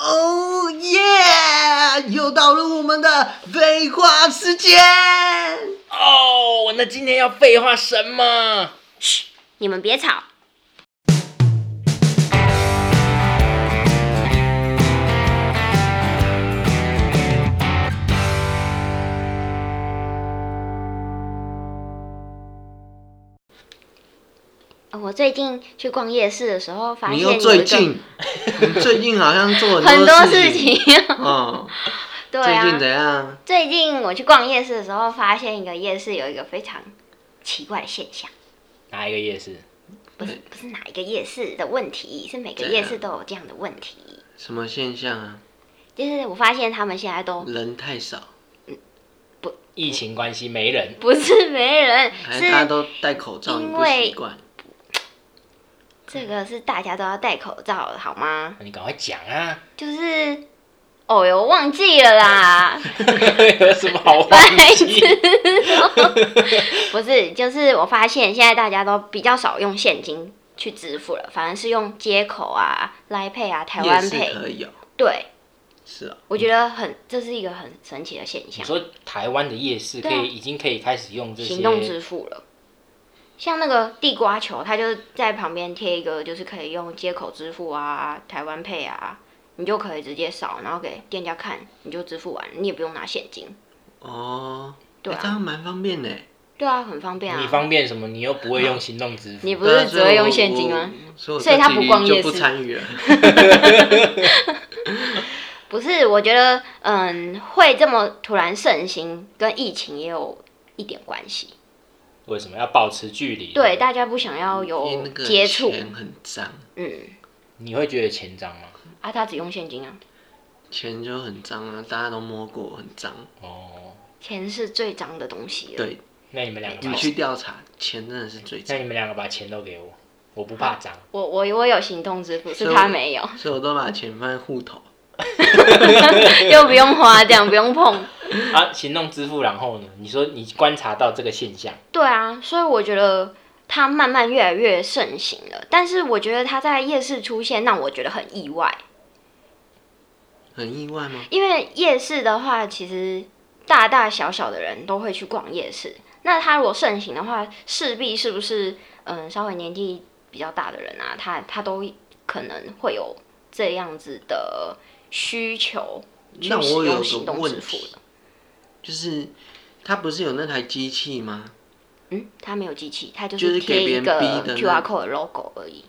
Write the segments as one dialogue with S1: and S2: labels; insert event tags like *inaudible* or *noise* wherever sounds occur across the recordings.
S1: Oh 又到了我们的废话时间。
S2: 哦，那今天要废话什么？
S3: 嘘，你们别吵。呃我最近去逛夜市的时候，发现
S1: 你
S3: 有一
S1: 又
S3: 个
S1: 最
S2: *laughs*
S1: 近，你最近好像做
S3: 很多
S1: 多
S3: 事
S1: 情。
S3: 情，
S1: 哦，
S3: *laughs* 对
S1: 最
S3: 啊，
S1: 近怎样？
S3: 最近我去逛夜市的时候，发现一个夜市有一个非常奇怪的现象，
S2: 哪一个夜市？
S3: 不是不是哪一个夜市的问题，是每个夜市都有这样的问题。
S1: 什么现象啊？
S3: 就是我发现他们现在都
S1: 人太少，
S2: 疫情关系没人，
S3: 不是
S1: *laughs*
S3: 没人，
S1: 还是大家
S3: 是
S1: 哎都戴口罩，你
S3: 因
S1: 不习
S3: 为
S1: 惯？
S3: 这个是大家都要戴口罩的好吗？
S2: 那你赶快讲啊！ *laughs*
S3: 就是哦哟，忘记了
S1: *laughs*
S3: 啦，
S2: 有什么好
S3: 白
S2: 忘
S3: *laughs*
S2: 记？
S3: 痴哦、不是，就是我发现现在大家都比较少用现金去支付了，反而是用接口啊、来配啊、台
S1: 夜
S3: 湾
S1: 市
S3: 配，
S1: 可以哦，
S3: 对。
S1: 是哦，
S3: 我觉得很，这是一个很神奇的现
S2: 你
S3: 象，
S2: 说台湾的夜市可
S3: 对啊
S2: 以已经可以开始用这些
S3: 行动支付了。像那个地瓜球，它就是在旁边贴一个，就是可以用接口支付啊、台湾配啊，你就可以直接扫，然后给店家看，你就支付完，你也不用拿现金。
S1: 哦，
S3: 对
S1: 哎这
S3: 啊，
S1: 样蛮方便的。
S3: 对啊，很方便
S2: 你
S3: 啊。
S2: 方便什么？你又不会用行动支付
S3: 你，不
S1: 对啊
S3: 是只会用现金吗？？
S1: 所以我我
S3: 所以他不逛
S1: 我这集
S3: 夜
S1: 就不
S3: 市
S1: 参与了。
S3: 不是，我觉得，嗯，会这么突然盛行，跟疫情也有一点关系。
S2: 为什么要保持距离？
S3: 对，，大家不想要
S1: 因为
S3: 有
S1: 那个
S3: 接触，
S1: 钱很脏，
S3: 嗯，
S2: 你会觉得钱脏吗？
S3: 啊，他只用现金啊。
S1: 钱就很脏啊，大家都摸过，很脏。
S2: 哦，
S3: 钱是最脏的东西了。
S1: 对，
S2: 那你们两个
S1: 你
S2: 把，
S1: 去调查，钱真的是最
S2: 那
S3: 哎
S1: 脏，
S2: 你们两个把钱都给我，我不怕脏。
S3: 我我我有行动支付，
S1: 所
S3: 是
S1: 以
S3: 他
S1: 我
S3: 没有，
S1: 所以我都把钱放在户头。
S3: *laughs* 又不用花，这样不用碰。
S2: 啊，行动支付，然后呢？你说你观察到这个现象，
S3: 对啊，所以我觉得它慢慢越来越盛行了。但是我觉得它在夜市出现，让我觉得很意外，
S1: 很意外吗？
S3: 因为夜市的话，其实大大小小的人都会去逛夜市。那它如果盛行的话，势必是不是嗯稍微年纪比较大的人啊，他他都可能会有这样子的需求去
S1: 那
S3: 使
S1: 我有
S3: 用行
S1: 个
S3: 动支
S1: 问
S3: 付
S1: 题，
S3: 的。
S1: 就是他不是有那台机器吗？
S3: 嗯，它没有机器，它就
S1: 就是给
S3: 是贴
S1: 别
S3: 一
S1: 人
S3: 个
S1: 逼的那
S3: QR code 的 logo 而已。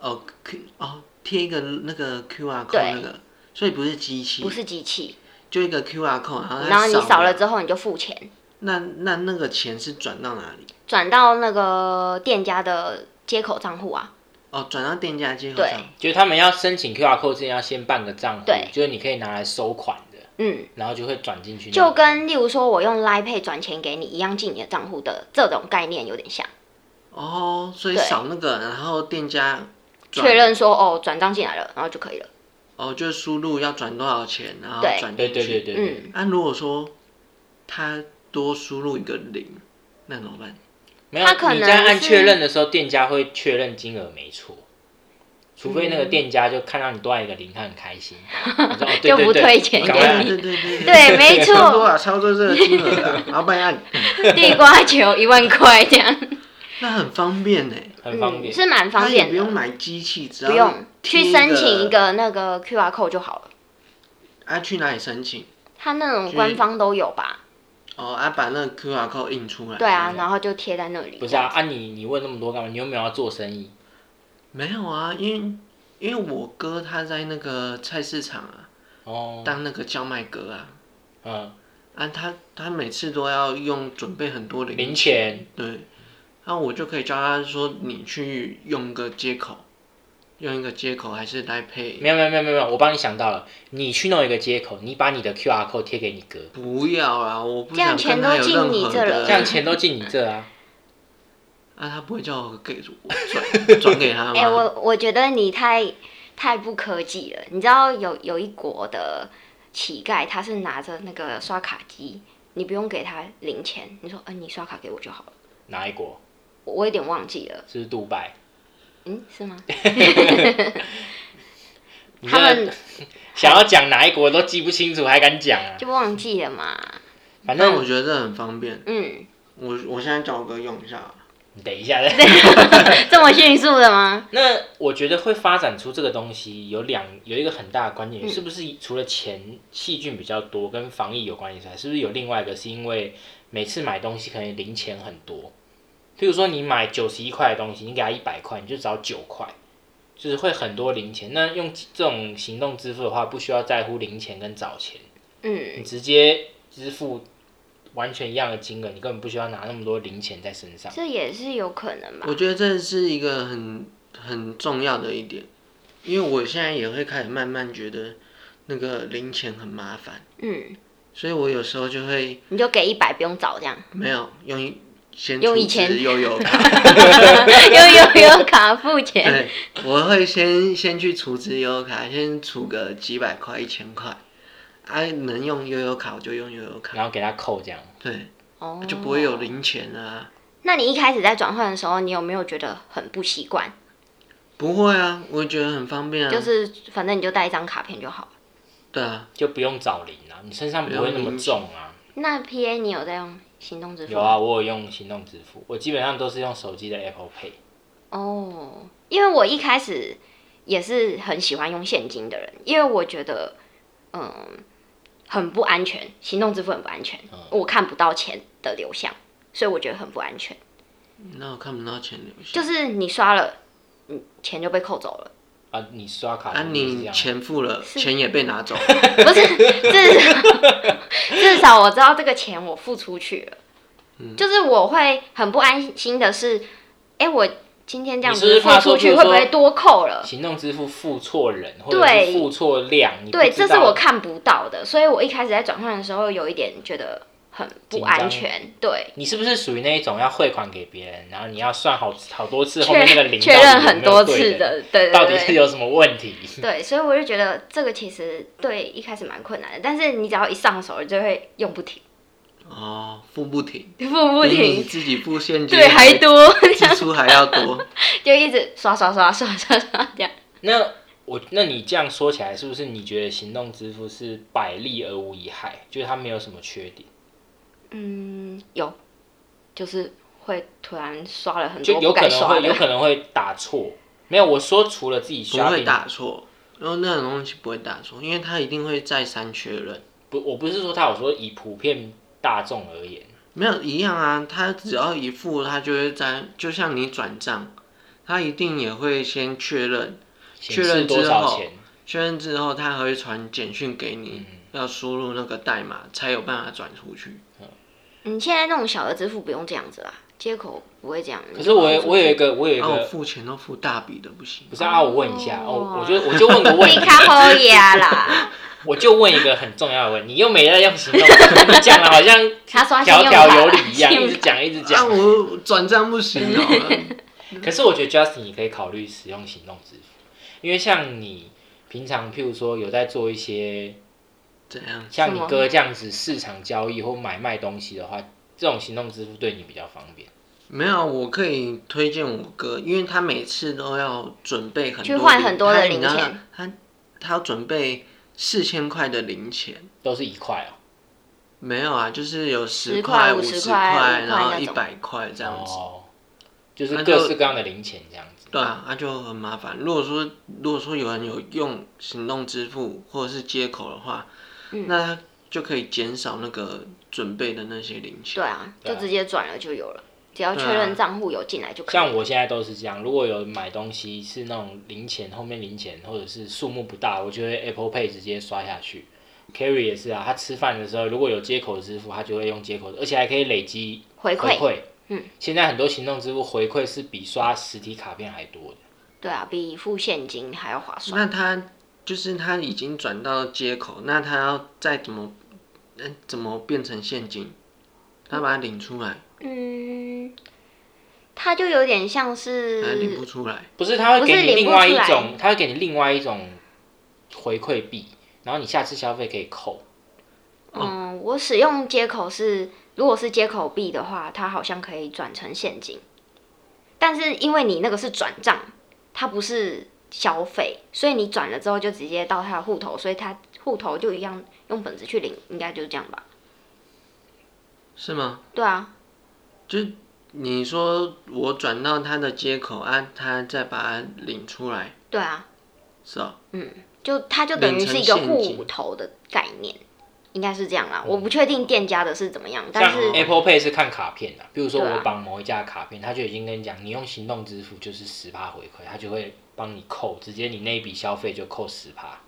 S1: 哦，Q 哦，贴一个那个 QR
S3: 对
S1: code 那个，所以不是机器，
S3: 不是机器，
S1: 就一个 QR code，然后它
S3: 然后你扫了
S1: 了，
S3: 之后你就付钱，
S1: 那那那个钱是转到哪里？
S3: 转到那个店家的接口账户啊。
S1: 哦，转到店家接口
S3: 对
S1: 上。
S2: 就是他们要申请 QR code 之前要先办个账户
S3: 对，
S2: 就是你可以拿来收款的，
S3: 嗯，
S2: 然后就会转进去那个。
S3: 就跟例如说我用 Line Pay 转钱给你一样进你的账户的这种概念有点像，
S1: 哦，所以
S3: 对
S1: 扫那个，然后店家转
S3: 确认说哦转账进来了，然后就可以了。
S1: 哦，就是输入要转多少钱，然后
S3: 对
S1: 转进
S2: 对
S1: 去。
S2: 对对对对，
S3: 嗯，
S1: 那、如果说他多输入一个零，那怎么办？
S2: 没有
S3: 他可能
S2: 你在按
S3: 是
S2: 确认的时候，店家会确认金额没错，除非那个店家就看到你多按一个零，他很开
S3: *laughs*
S2: 心，他说哦对
S3: 就不
S2: 对对
S3: 退钱
S2: 赶
S3: 给
S2: 快
S1: 对
S3: 你
S1: 对对对
S3: 对，没
S1: *laughs* 差不多
S3: 错，
S1: 啊，差不多这个金额啊，老板啊，
S3: 地瓜球一万块这样，
S1: 那很方便呢、
S2: 很方
S3: 嗯，
S2: 便。
S3: 是蛮
S1: 他
S3: 方
S1: 也
S3: 便
S1: 不用
S3: 的，
S1: 买机器，只要
S3: 不用
S1: 贴
S3: 去申请一，个那个 QR code 就好了，
S1: 啊，去哪里申请？
S3: 它那种
S1: 去
S3: 官方都有吧？
S1: 哦，啊，把那个 QR code 印出来。
S3: 对啊，
S1: 这样
S3: 然后就贴在那里。
S2: 不是啊，啊你你问那么多干嘛？你又没有要做生意，
S1: 没有啊，因为因为我哥他在那个菜市场啊，
S2: 哦，
S1: 当那个叫卖哥啊，
S2: 嗯，
S1: 啊，他他每次都要用准备很多零
S2: 零钱，
S1: 对，那我就可以教他说，你去用个接口，用一个接口还是来配，
S2: 没有没有没有没有没有，我帮你想到了，你去弄一个接口，你把你的 QR code 贴给你哥，
S1: 不要啦，我不
S3: 这样
S1: 想跟
S3: 钱
S1: 他
S3: 都
S1: 有
S3: 进
S1: 任
S3: 你
S1: 何
S3: 这了
S1: 的，
S2: 这样钱都进你这啊，
S1: 啊，他不会叫我给我
S3: *laughs*
S1: 转转给他吗？
S3: 哎、我我觉得你太太不科技了。你知道有有一国的乞丐，他是拿着那个刷卡机，你不用给他零钱，你说，嗯、你刷卡给我就好了。
S2: 哪一国？
S3: 我我有点忘记了，嗯
S1: 哎
S2: 是不是杜拜。
S3: 嗯，是吗？*laughs*
S2: 你
S3: 他
S2: 真的
S3: 们
S2: 想要讲哪一国都记不清楚，还敢讲啊？
S3: 就忘记了嘛。
S2: 反
S1: 但
S2: 正
S1: 我觉得这很方便。
S3: 嗯，
S1: 我我现在叫我哥用一下，
S2: 等一下再。
S3: 这么迅速
S1: *laughs*
S3: 的吗？
S2: 那我觉得会发展出这个东西，有两有一个很大的关键，是不是除了钱细菌比较多跟防疫有关系之外，是不是有另外一个是因为每次买东西可能零钱很多，譬如说你买九十一块的东西，你给他一百块，你就找九块，就是会很多零钱。那用这种行动支付的话，不需要在乎零钱跟找钱，
S3: 嗯，
S2: 你直接支付完全一样的金额，你根本不需要拿那么多零钱在身上。
S3: 这也是有可能吧。
S1: 我觉得这是一个很很重要的一点，因为我现在也会开始慢慢觉得那个零钱很麻烦，
S3: 嗯，
S1: 所以我有时候就会
S3: 你就给一百，不用找这样。
S1: *laughs* 没有用一先
S3: 用
S1: 储
S3: 以前
S1: 值悠悠卡，
S3: 悠悠悠卡付钱，
S1: 对，我会先先去储值悠悠卡，先储个几百块、一千块，啊，能用悠悠卡我就用悠悠卡，
S2: 然后给他扣这样，
S1: 对，
S3: 哦，
S1: 就不会有。零钱啊。
S3: 那你一开始在转换的时候，你有没有觉得很不习惯？
S1: 不会啊，我觉得很方
S2: 嗯
S1: 便啊。
S3: 就是反正你就带一张卡片就好了。
S1: 对啊，
S2: 就不用找零啊，你身上不会那么重啊。
S3: 那 P A 你有在用嗯行动支付？
S2: 有啊，。我有用行动支付，我基本上都是用手机的 Apple Pay。
S3: 哦，因为我一开始也是很喜欢用现金的人，因为我觉得，嗯，很不安全，行动支付很不安全，
S2: 嗯
S3: 我看不到钱的流向，所以我觉得很不安全。
S1: 那我看不到钱流
S3: 就
S1: 向。
S3: 是你刷了，嗯，钱就被扣走了。
S2: 啊，你刷卡
S1: 啊，
S2: 也是这
S1: 你
S2: 样，
S1: 钱付了，
S3: 是
S1: 钱也被拿走。
S3: *laughs* 不是，至少
S2: *laughs*
S3: 至少我知道这个钱我付出去了，
S2: 嗯
S3: 就是我会很不安心的是，哎、我今天这样
S2: 你是
S3: 子
S2: 不是
S3: 付
S2: 怕说
S3: 出去
S2: 譬如
S3: 会不
S2: 说
S3: 会多扣了？
S2: 行动支付付错人或者是付错量，你不
S3: 对，
S2: 知道
S3: 这是我看不到的，所以我一开始在转换的时候有一点觉得很不安全，对，
S2: 你是不是属于那一种要汇款给别人，然后你要算好好多次后面那个
S3: 确
S2: 零
S3: 确
S2: 到底有
S3: 认
S2: 没有
S3: 很多
S2: 对
S3: 次
S2: 的，
S3: 的，对
S2: 到
S3: 对
S2: 底
S3: 对
S2: 是有什么问题？
S3: 对，所以我就觉得这个其实对一开始蛮困难的，但是你只要一上手，就会用不停，
S1: 哦，付不停，
S3: 付不
S1: 比你
S2: 嗯
S3: 停，
S1: 自己付现金
S3: 对，还多，
S1: 支出还要
S2: *laughs*
S1: 多。
S3: *laughs* 就一直刷刷刷刷刷刷这样。
S2: 那我，那你这样说起来，是不是你觉得行动支付是百利而无一害，就是它没有什么缺点，
S3: 嗯，有，就是会突然刷了很
S2: 就
S3: 多
S2: 有
S3: 不
S2: 可
S3: 该
S2: 能
S3: 刷
S2: 会有
S3: 的。
S2: 可能会打错。没有，我说除了自己
S1: 不
S2: 刷
S1: 会
S2: 屏
S1: 打错，然后那种东西不会打错，因为它一定会再三确认。
S2: 不，我不是说他，我说以普遍大众而言，
S1: 没有一样啊，它只要一付，它就会在，就像你转账，它一定也会先确认，
S2: 显
S1: 确
S2: 示
S1: 认
S2: 多
S1: 之
S2: 少
S1: 后
S2: 钱？
S1: 确认之后，它还会传简讯给你，
S2: 嗯
S1: 要输入那个代码才有办法转出去。
S3: 你嗯现在那种小额支付不用这样子啦，接口不会这样。
S2: 可是
S3: 哦
S2: 我有我有一个我有一
S1: 然后
S2: 个，
S1: 啊付钱都付大笔的不行
S2: 不，是啊，我问一下哦，
S3: 哦
S2: 我就我就问个
S3: *laughs*
S2: 问
S3: 你
S2: 题，
S3: 卡好呀啦，
S2: 我就问一个很重要的问题，你又没在用行动，你讲的
S3: *laughs*
S2: 好像
S3: 他刷信
S2: 条
S3: 用卡
S2: 条有
S3: 啦，
S2: 理一
S3: *laughs*
S2: 样，
S3: 信
S2: 一
S3: 用
S2: 直
S3: 卡
S2: 讲一直
S1: 啊，
S2: 讲。
S1: 我转账不行哦。
S2: *laughs* 可是我觉得 Justin 你可以考虑使用行动支付，因为像你平常譬如说有在做一些
S1: 怎样？
S2: 像
S3: 什
S2: 你
S3: 么
S2: 哥这样子市场交易或买卖东西的话，这种行动支付对你比较方便。
S1: 没有，我可以推荐我哥，因为他每次都要准备很多
S3: 去换很多的零钱
S1: 他你知道他他要准备四千块的零钱。
S2: 都是一块哦，
S1: 没有啊，就是有十
S3: 10块
S1: 五
S3: 50
S1: 十
S3: 块
S1: 然后
S3: 那
S1: 一
S3: 种
S1: 百块这样子。
S2: 哦，就是
S1: 那就
S2: 各式各样的零钱这样子。
S1: 对啊，那、就很麻烦。如果说如果说有人有用行动支付或者是接口的话，
S3: 嗯
S1: 那他就可以减少那个准备的那些零钱。
S3: 对啊，
S2: 对啊
S3: 就
S2: 啊
S3: 直接转了就有了，只要确认账户有进来就可以了。
S2: 像我现在都是这样，如果有买东西是那种零钱后面零钱或者是数目不大，我就会 Apple Pay 直接刷下去。Carry 也是啊，他吃饭的时候如果有接口支付，他就会用接口，而且还可以累积
S3: 回
S2: 回
S3: 馈，
S2: 馈。
S3: 嗯，
S2: 现在很多行动支付回馈是比刷实体卡片还多的。
S3: 对啊，比付现金还要划算。
S1: 那他就是他已经转到接口，那他要再怎么，嗯、怎么变成现金？他把它领出来，
S3: 嗯，它就有点像
S1: 还是领
S3: 是
S1: 不出来？
S2: 不是，他会
S3: 不
S2: 给
S3: 是
S2: 你
S3: 领
S2: 另
S3: 不
S2: 外一
S3: 出来
S2: 种，他会给你另外一种回馈币，然后你下次消费可以扣。
S1: 哦
S3: 嗯，我使用接口是，如果是接口币的话，它好像可以转成现金，但是因为你那个是转账，它不是消费，所以你转了之后就直接到他的户头，所以他户头就一样用本子去领，应该就是这样吧？
S1: 是吗？
S3: 对啊，
S1: 就是你说我转到他的接口啊，他再把它领出来，
S3: 对啊，
S1: 是哦，
S3: 就它就等于是一个
S1: 领成现
S3: 户
S1: 金哦
S3: 头的概念，应该是这样啦。我不确定店家的是怎么样，但
S2: 像
S3: 是
S2: Apple Pay 是看卡片的，比如说
S3: 对
S2: 我
S3: 啊
S2: 绑某一家卡片，他就已经跟你讲，你用行动支付就是十趴回馈，他就会帮你扣，直接你那一笔消费就扣十趴。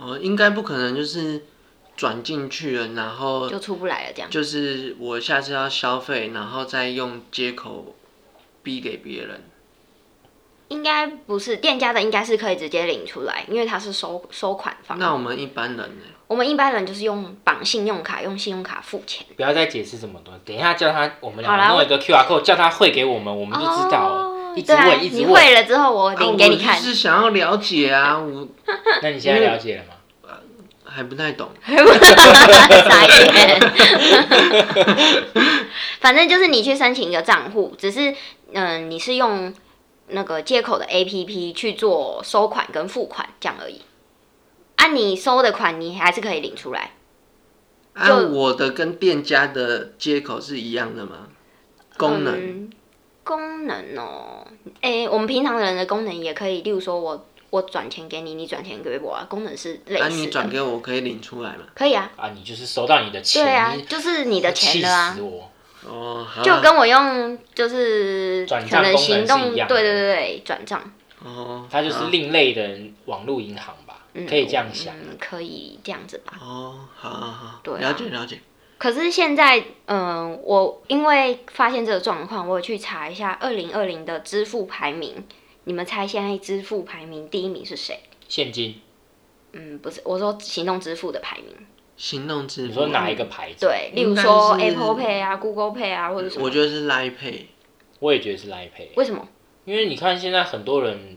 S1: 呃，应该不可能就是转进去了，然后
S3: 就出不来了这样。
S1: 就是我下次要消费，然后再用接口逼给别人。
S3: 应该不是店家的，应该是可以直接领出来，因为它是收收款方。
S1: 那我们一般人呢？
S3: 我们一般人就是用绑信用卡，用信用卡付钱。
S2: 不要再解释这么多，等一下叫他，我们两
S3: 好啦
S2: 个弄一个 QR code，叫他汇给我们，我们就知道了。
S3: 哦
S2: 一直
S3: 对啊，
S2: 问，一直
S3: 你
S2: 问。哦
S3: 会了之后，我领给你
S1: 啊、
S3: 看
S1: 我就。是想要了解啊，我
S2: 那你现在了解了吗？
S1: 还不太懂。
S3: *laughs* 傻
S2: *laughs*
S3: 眼。反正就是你去申请一个账户，只是嗯、你是用那个接口的 APP 去做收款跟付款这样而已。啊，你收的款你还是可以领出来，
S1: 啊，
S3: 就
S1: 我的跟店家的接口是一样的吗？功能、
S3: 嗯功能哦，诶、我们平常人的功能也可以，例如说我我转钱给你，你转钱给我啊，功能是类
S1: 啊，
S3: 似
S1: 你
S3: 的，
S1: 转给我可以领出来吗？
S3: 可以啊，
S2: 啊，你就是收到你的钱，
S3: 对啊
S2: 你，
S3: 就是你的钱了啊
S2: 气死，我！
S1: 哦，好啊
S3: 就跟我用就是
S2: 转账
S3: 可能行
S2: 功能是
S3: 动，
S2: 一
S3: 对
S2: 样的
S3: 对对对，转账，
S1: 哦，
S2: 它就是
S1: 好
S2: 另类的网络银行吧，
S3: 嗯
S2: 可以这样想。
S3: 嗯，可以这样子吧。
S1: 哦，好好好，
S3: 对啊
S1: 了解了解。
S3: 可是现在，嗯、我因为发现这个状况，我有去查一下二零二零的支付排名，你们猜现在支付排名第一名是谁？
S2: 现金，
S3: 嗯，不是，我说行动支付的排名，
S1: 行动支付，
S3: 嗯
S2: 你说哪一个牌子？
S3: 对，例如说 Apple Pay 啊、Google Pay 啊，或者什么。
S1: 我觉得是 Line Pay，
S2: 我也觉得是 Line Pay，
S3: 为什么？
S2: 因为你看现在很多人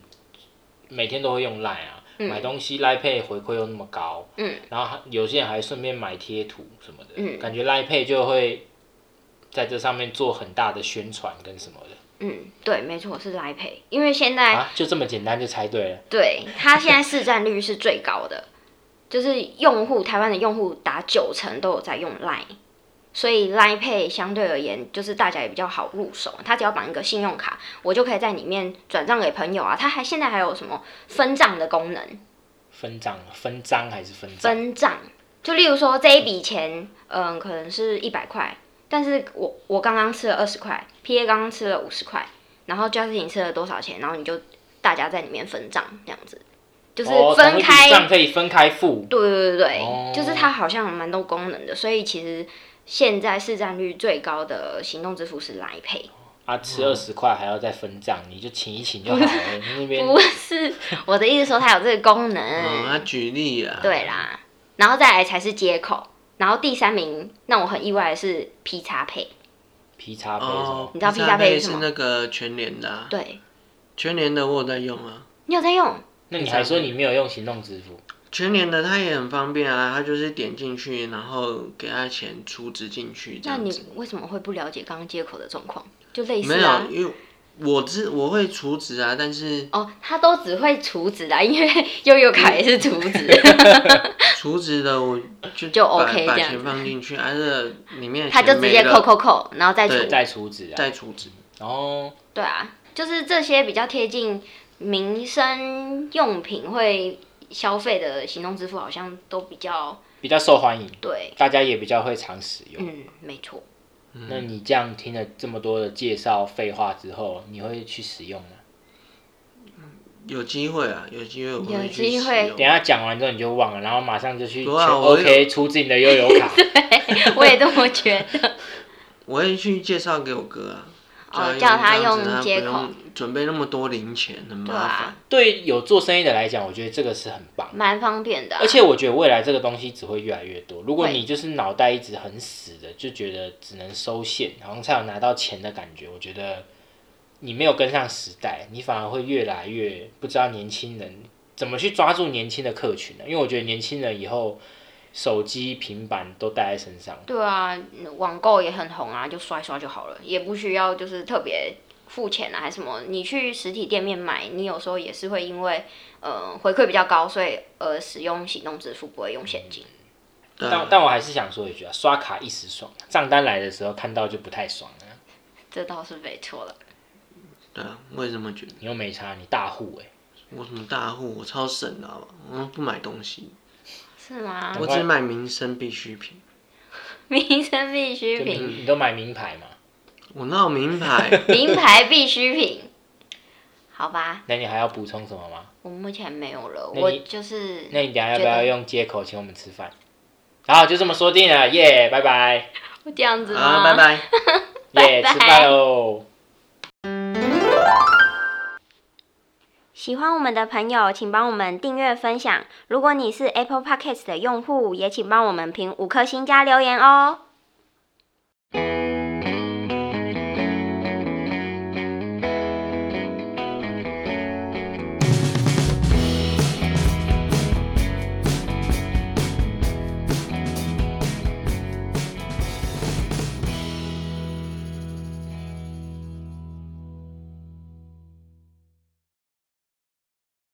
S2: 每天都会用 Line 啊，
S3: 嗯
S2: 买东西 Line Pay 回馈又那么高，
S3: 嗯，
S2: 然后还有些人还顺便买贴图什么的，
S3: 嗯
S2: 感觉 Line Pay 就会在这上面做很大的宣传跟什么的
S3: 嗯，对，没错，是 Line Pay，因为现在、
S2: 啊，就这么简单就猜对了。
S3: 对它现在市占率是最高的，就是用户台湾的用户达九成都有在用 Line，所以 Line Pay 相对而言就是大家也比较好入手，它只要绑一个信用卡，我就可以在里面转账给朋友啊。它还现在还有什么分账的功能？
S2: 分账，啊分赃还是分账？
S3: 分账，就例如说这一笔钱，嗯，可能是一百块，但是我我刚刚吃了二十块，P A 刚刚吃了五十块，然后 Justin 吃了多少钱，然后你就大家在里面分账这样子，就是
S2: 哦同一
S3: 分
S2: 笔
S3: 开
S2: 账可以分开付，
S3: 对对对对，
S2: 哦
S3: 就是它好像有蛮多功能的，所以其实现在市占率最高的行动支付是来配，
S2: 啊，
S3: 嗯
S2: 吃二十块还要再分账，你就请一请就好了。你那边
S3: 不是我的意思说它有这个功能，
S1: 嗯，他举例啊，
S3: 对啦，然后再来才是接口，然后第三名让我很意外的是 P 叉配，
S2: 皮叉杯什
S1: 哦
S2: 么，，
S3: 你知道
S1: 披萨
S3: Pizza Pay 是什
S1: 是
S3: 么
S1: 那个全联的、啊，
S3: 对
S1: 全联的我有在用啊，
S3: 你有在用？
S2: 那你还说你没有用行动支付？
S1: 全联的它也很方便啊，它就是点进去，然后给他钱储值进去这
S3: 那
S1: 样
S3: 你
S1: 子。
S3: 为什么会不了解刚刚接口的状况？就类似
S1: 没
S3: 啊
S1: 有，。因为我知我会储值啊，但是
S3: 哦，他都只会除值啦，啊因为 *laughs* 悠悠卡也是除值，
S1: 嗯 *laughs* 储值的我就
S3: 就
S1: 把
S3: OK
S1: 把
S3: 这样
S1: 钱
S3: 子
S1: 放进去，而且里面的
S3: *laughs* 他就
S1: 钱
S3: 直
S1: 没
S3: 接
S1: 了
S3: 扣扣扣，然后再除
S1: 对
S2: 再储值啊，
S1: 再储值。
S2: 然后
S3: 对啊，就是这些比较贴近民生用品会消费的行动支付，好像都比较
S2: 比较受欢迎，
S3: 对。
S2: 大家也比较会常使用。
S3: 嗯，没错。 *laughs*
S1: 嗯
S2: 那你这样听了这么多的介绍废话之后，你会去使用吗？
S1: 有机会啊，有机会我会
S3: 有
S1: 去
S3: 机
S1: 使
S3: 会
S2: 等一
S1: 用。
S2: 下讲完之后你就忘了，然后马上就去
S1: 不
S2: 全
S1: 啊我有
S2: OK 出自你的悠游卡。
S3: 我也这么觉得。
S1: 我会去介绍给我哥啊，
S3: 哦
S1: 叫
S3: 叫他
S1: 这样子
S3: 用
S1: 他不
S3: 接
S1: 用准备那么多零钱，很麻
S3: 对啊
S1: 烦。
S2: 对有做生意的来讲，我觉得这个是很棒。
S3: 蛮方便的啊、
S2: 而且我觉得未来这个东西只会越来越多。如果
S3: 会
S2: 你就是脑袋一直很死的，就觉得只能收现，好像才有拿到钱的感觉，我觉得你没有跟上时代，你反而会越来越不知道年轻人怎么去抓住年轻的客群呢？因为我觉得年轻人以后手机、平板都带在身上，
S3: 对啊，网购也很红啊，就刷一刷就好了，也不需要就是特别付钱啊，还是什么，你去实体店面买，你有时候也是会因为呃回馈比较高，所以呃使用行动支付，不会用现金。
S1: 对
S2: 但但我还是想说一句啊，刷卡一时爽，账单来的时候看到就不太爽了、
S3: 这倒是没错了。
S1: 对啊，我也这么觉得。
S2: 你又没差，你大户哎、
S1: 我什么大户，我超省的好吧？我不买东西，
S3: 是吗？ *laughs*
S1: 我只买民生必需品。
S3: 民生必需
S2: 就
S3: 品，
S2: 你你都买名牌嘛？
S1: 我哪有名
S3: *laughs*
S1: 牌？
S3: 名牌必需品。好吧，
S2: 那你还要补充什么吗？
S3: 我目前没有了，
S2: 那
S3: 我
S2: 你
S3: 就是
S2: 那你等一下要不
S3: 觉
S2: 要
S3: 得
S2: 用接口请我们吃饭？好，就这么说定了，耶、拜拜，
S3: 这样子
S1: 啊，拜
S3: 吗？
S1: 拜。
S2: 耶、
S3: 拜
S2: 吃饭喽。
S3: 喜欢我们的朋友，请帮我们订阅分享。如果你是 Apple Podcast 的用户，也请帮我们评五颗星加留言哦。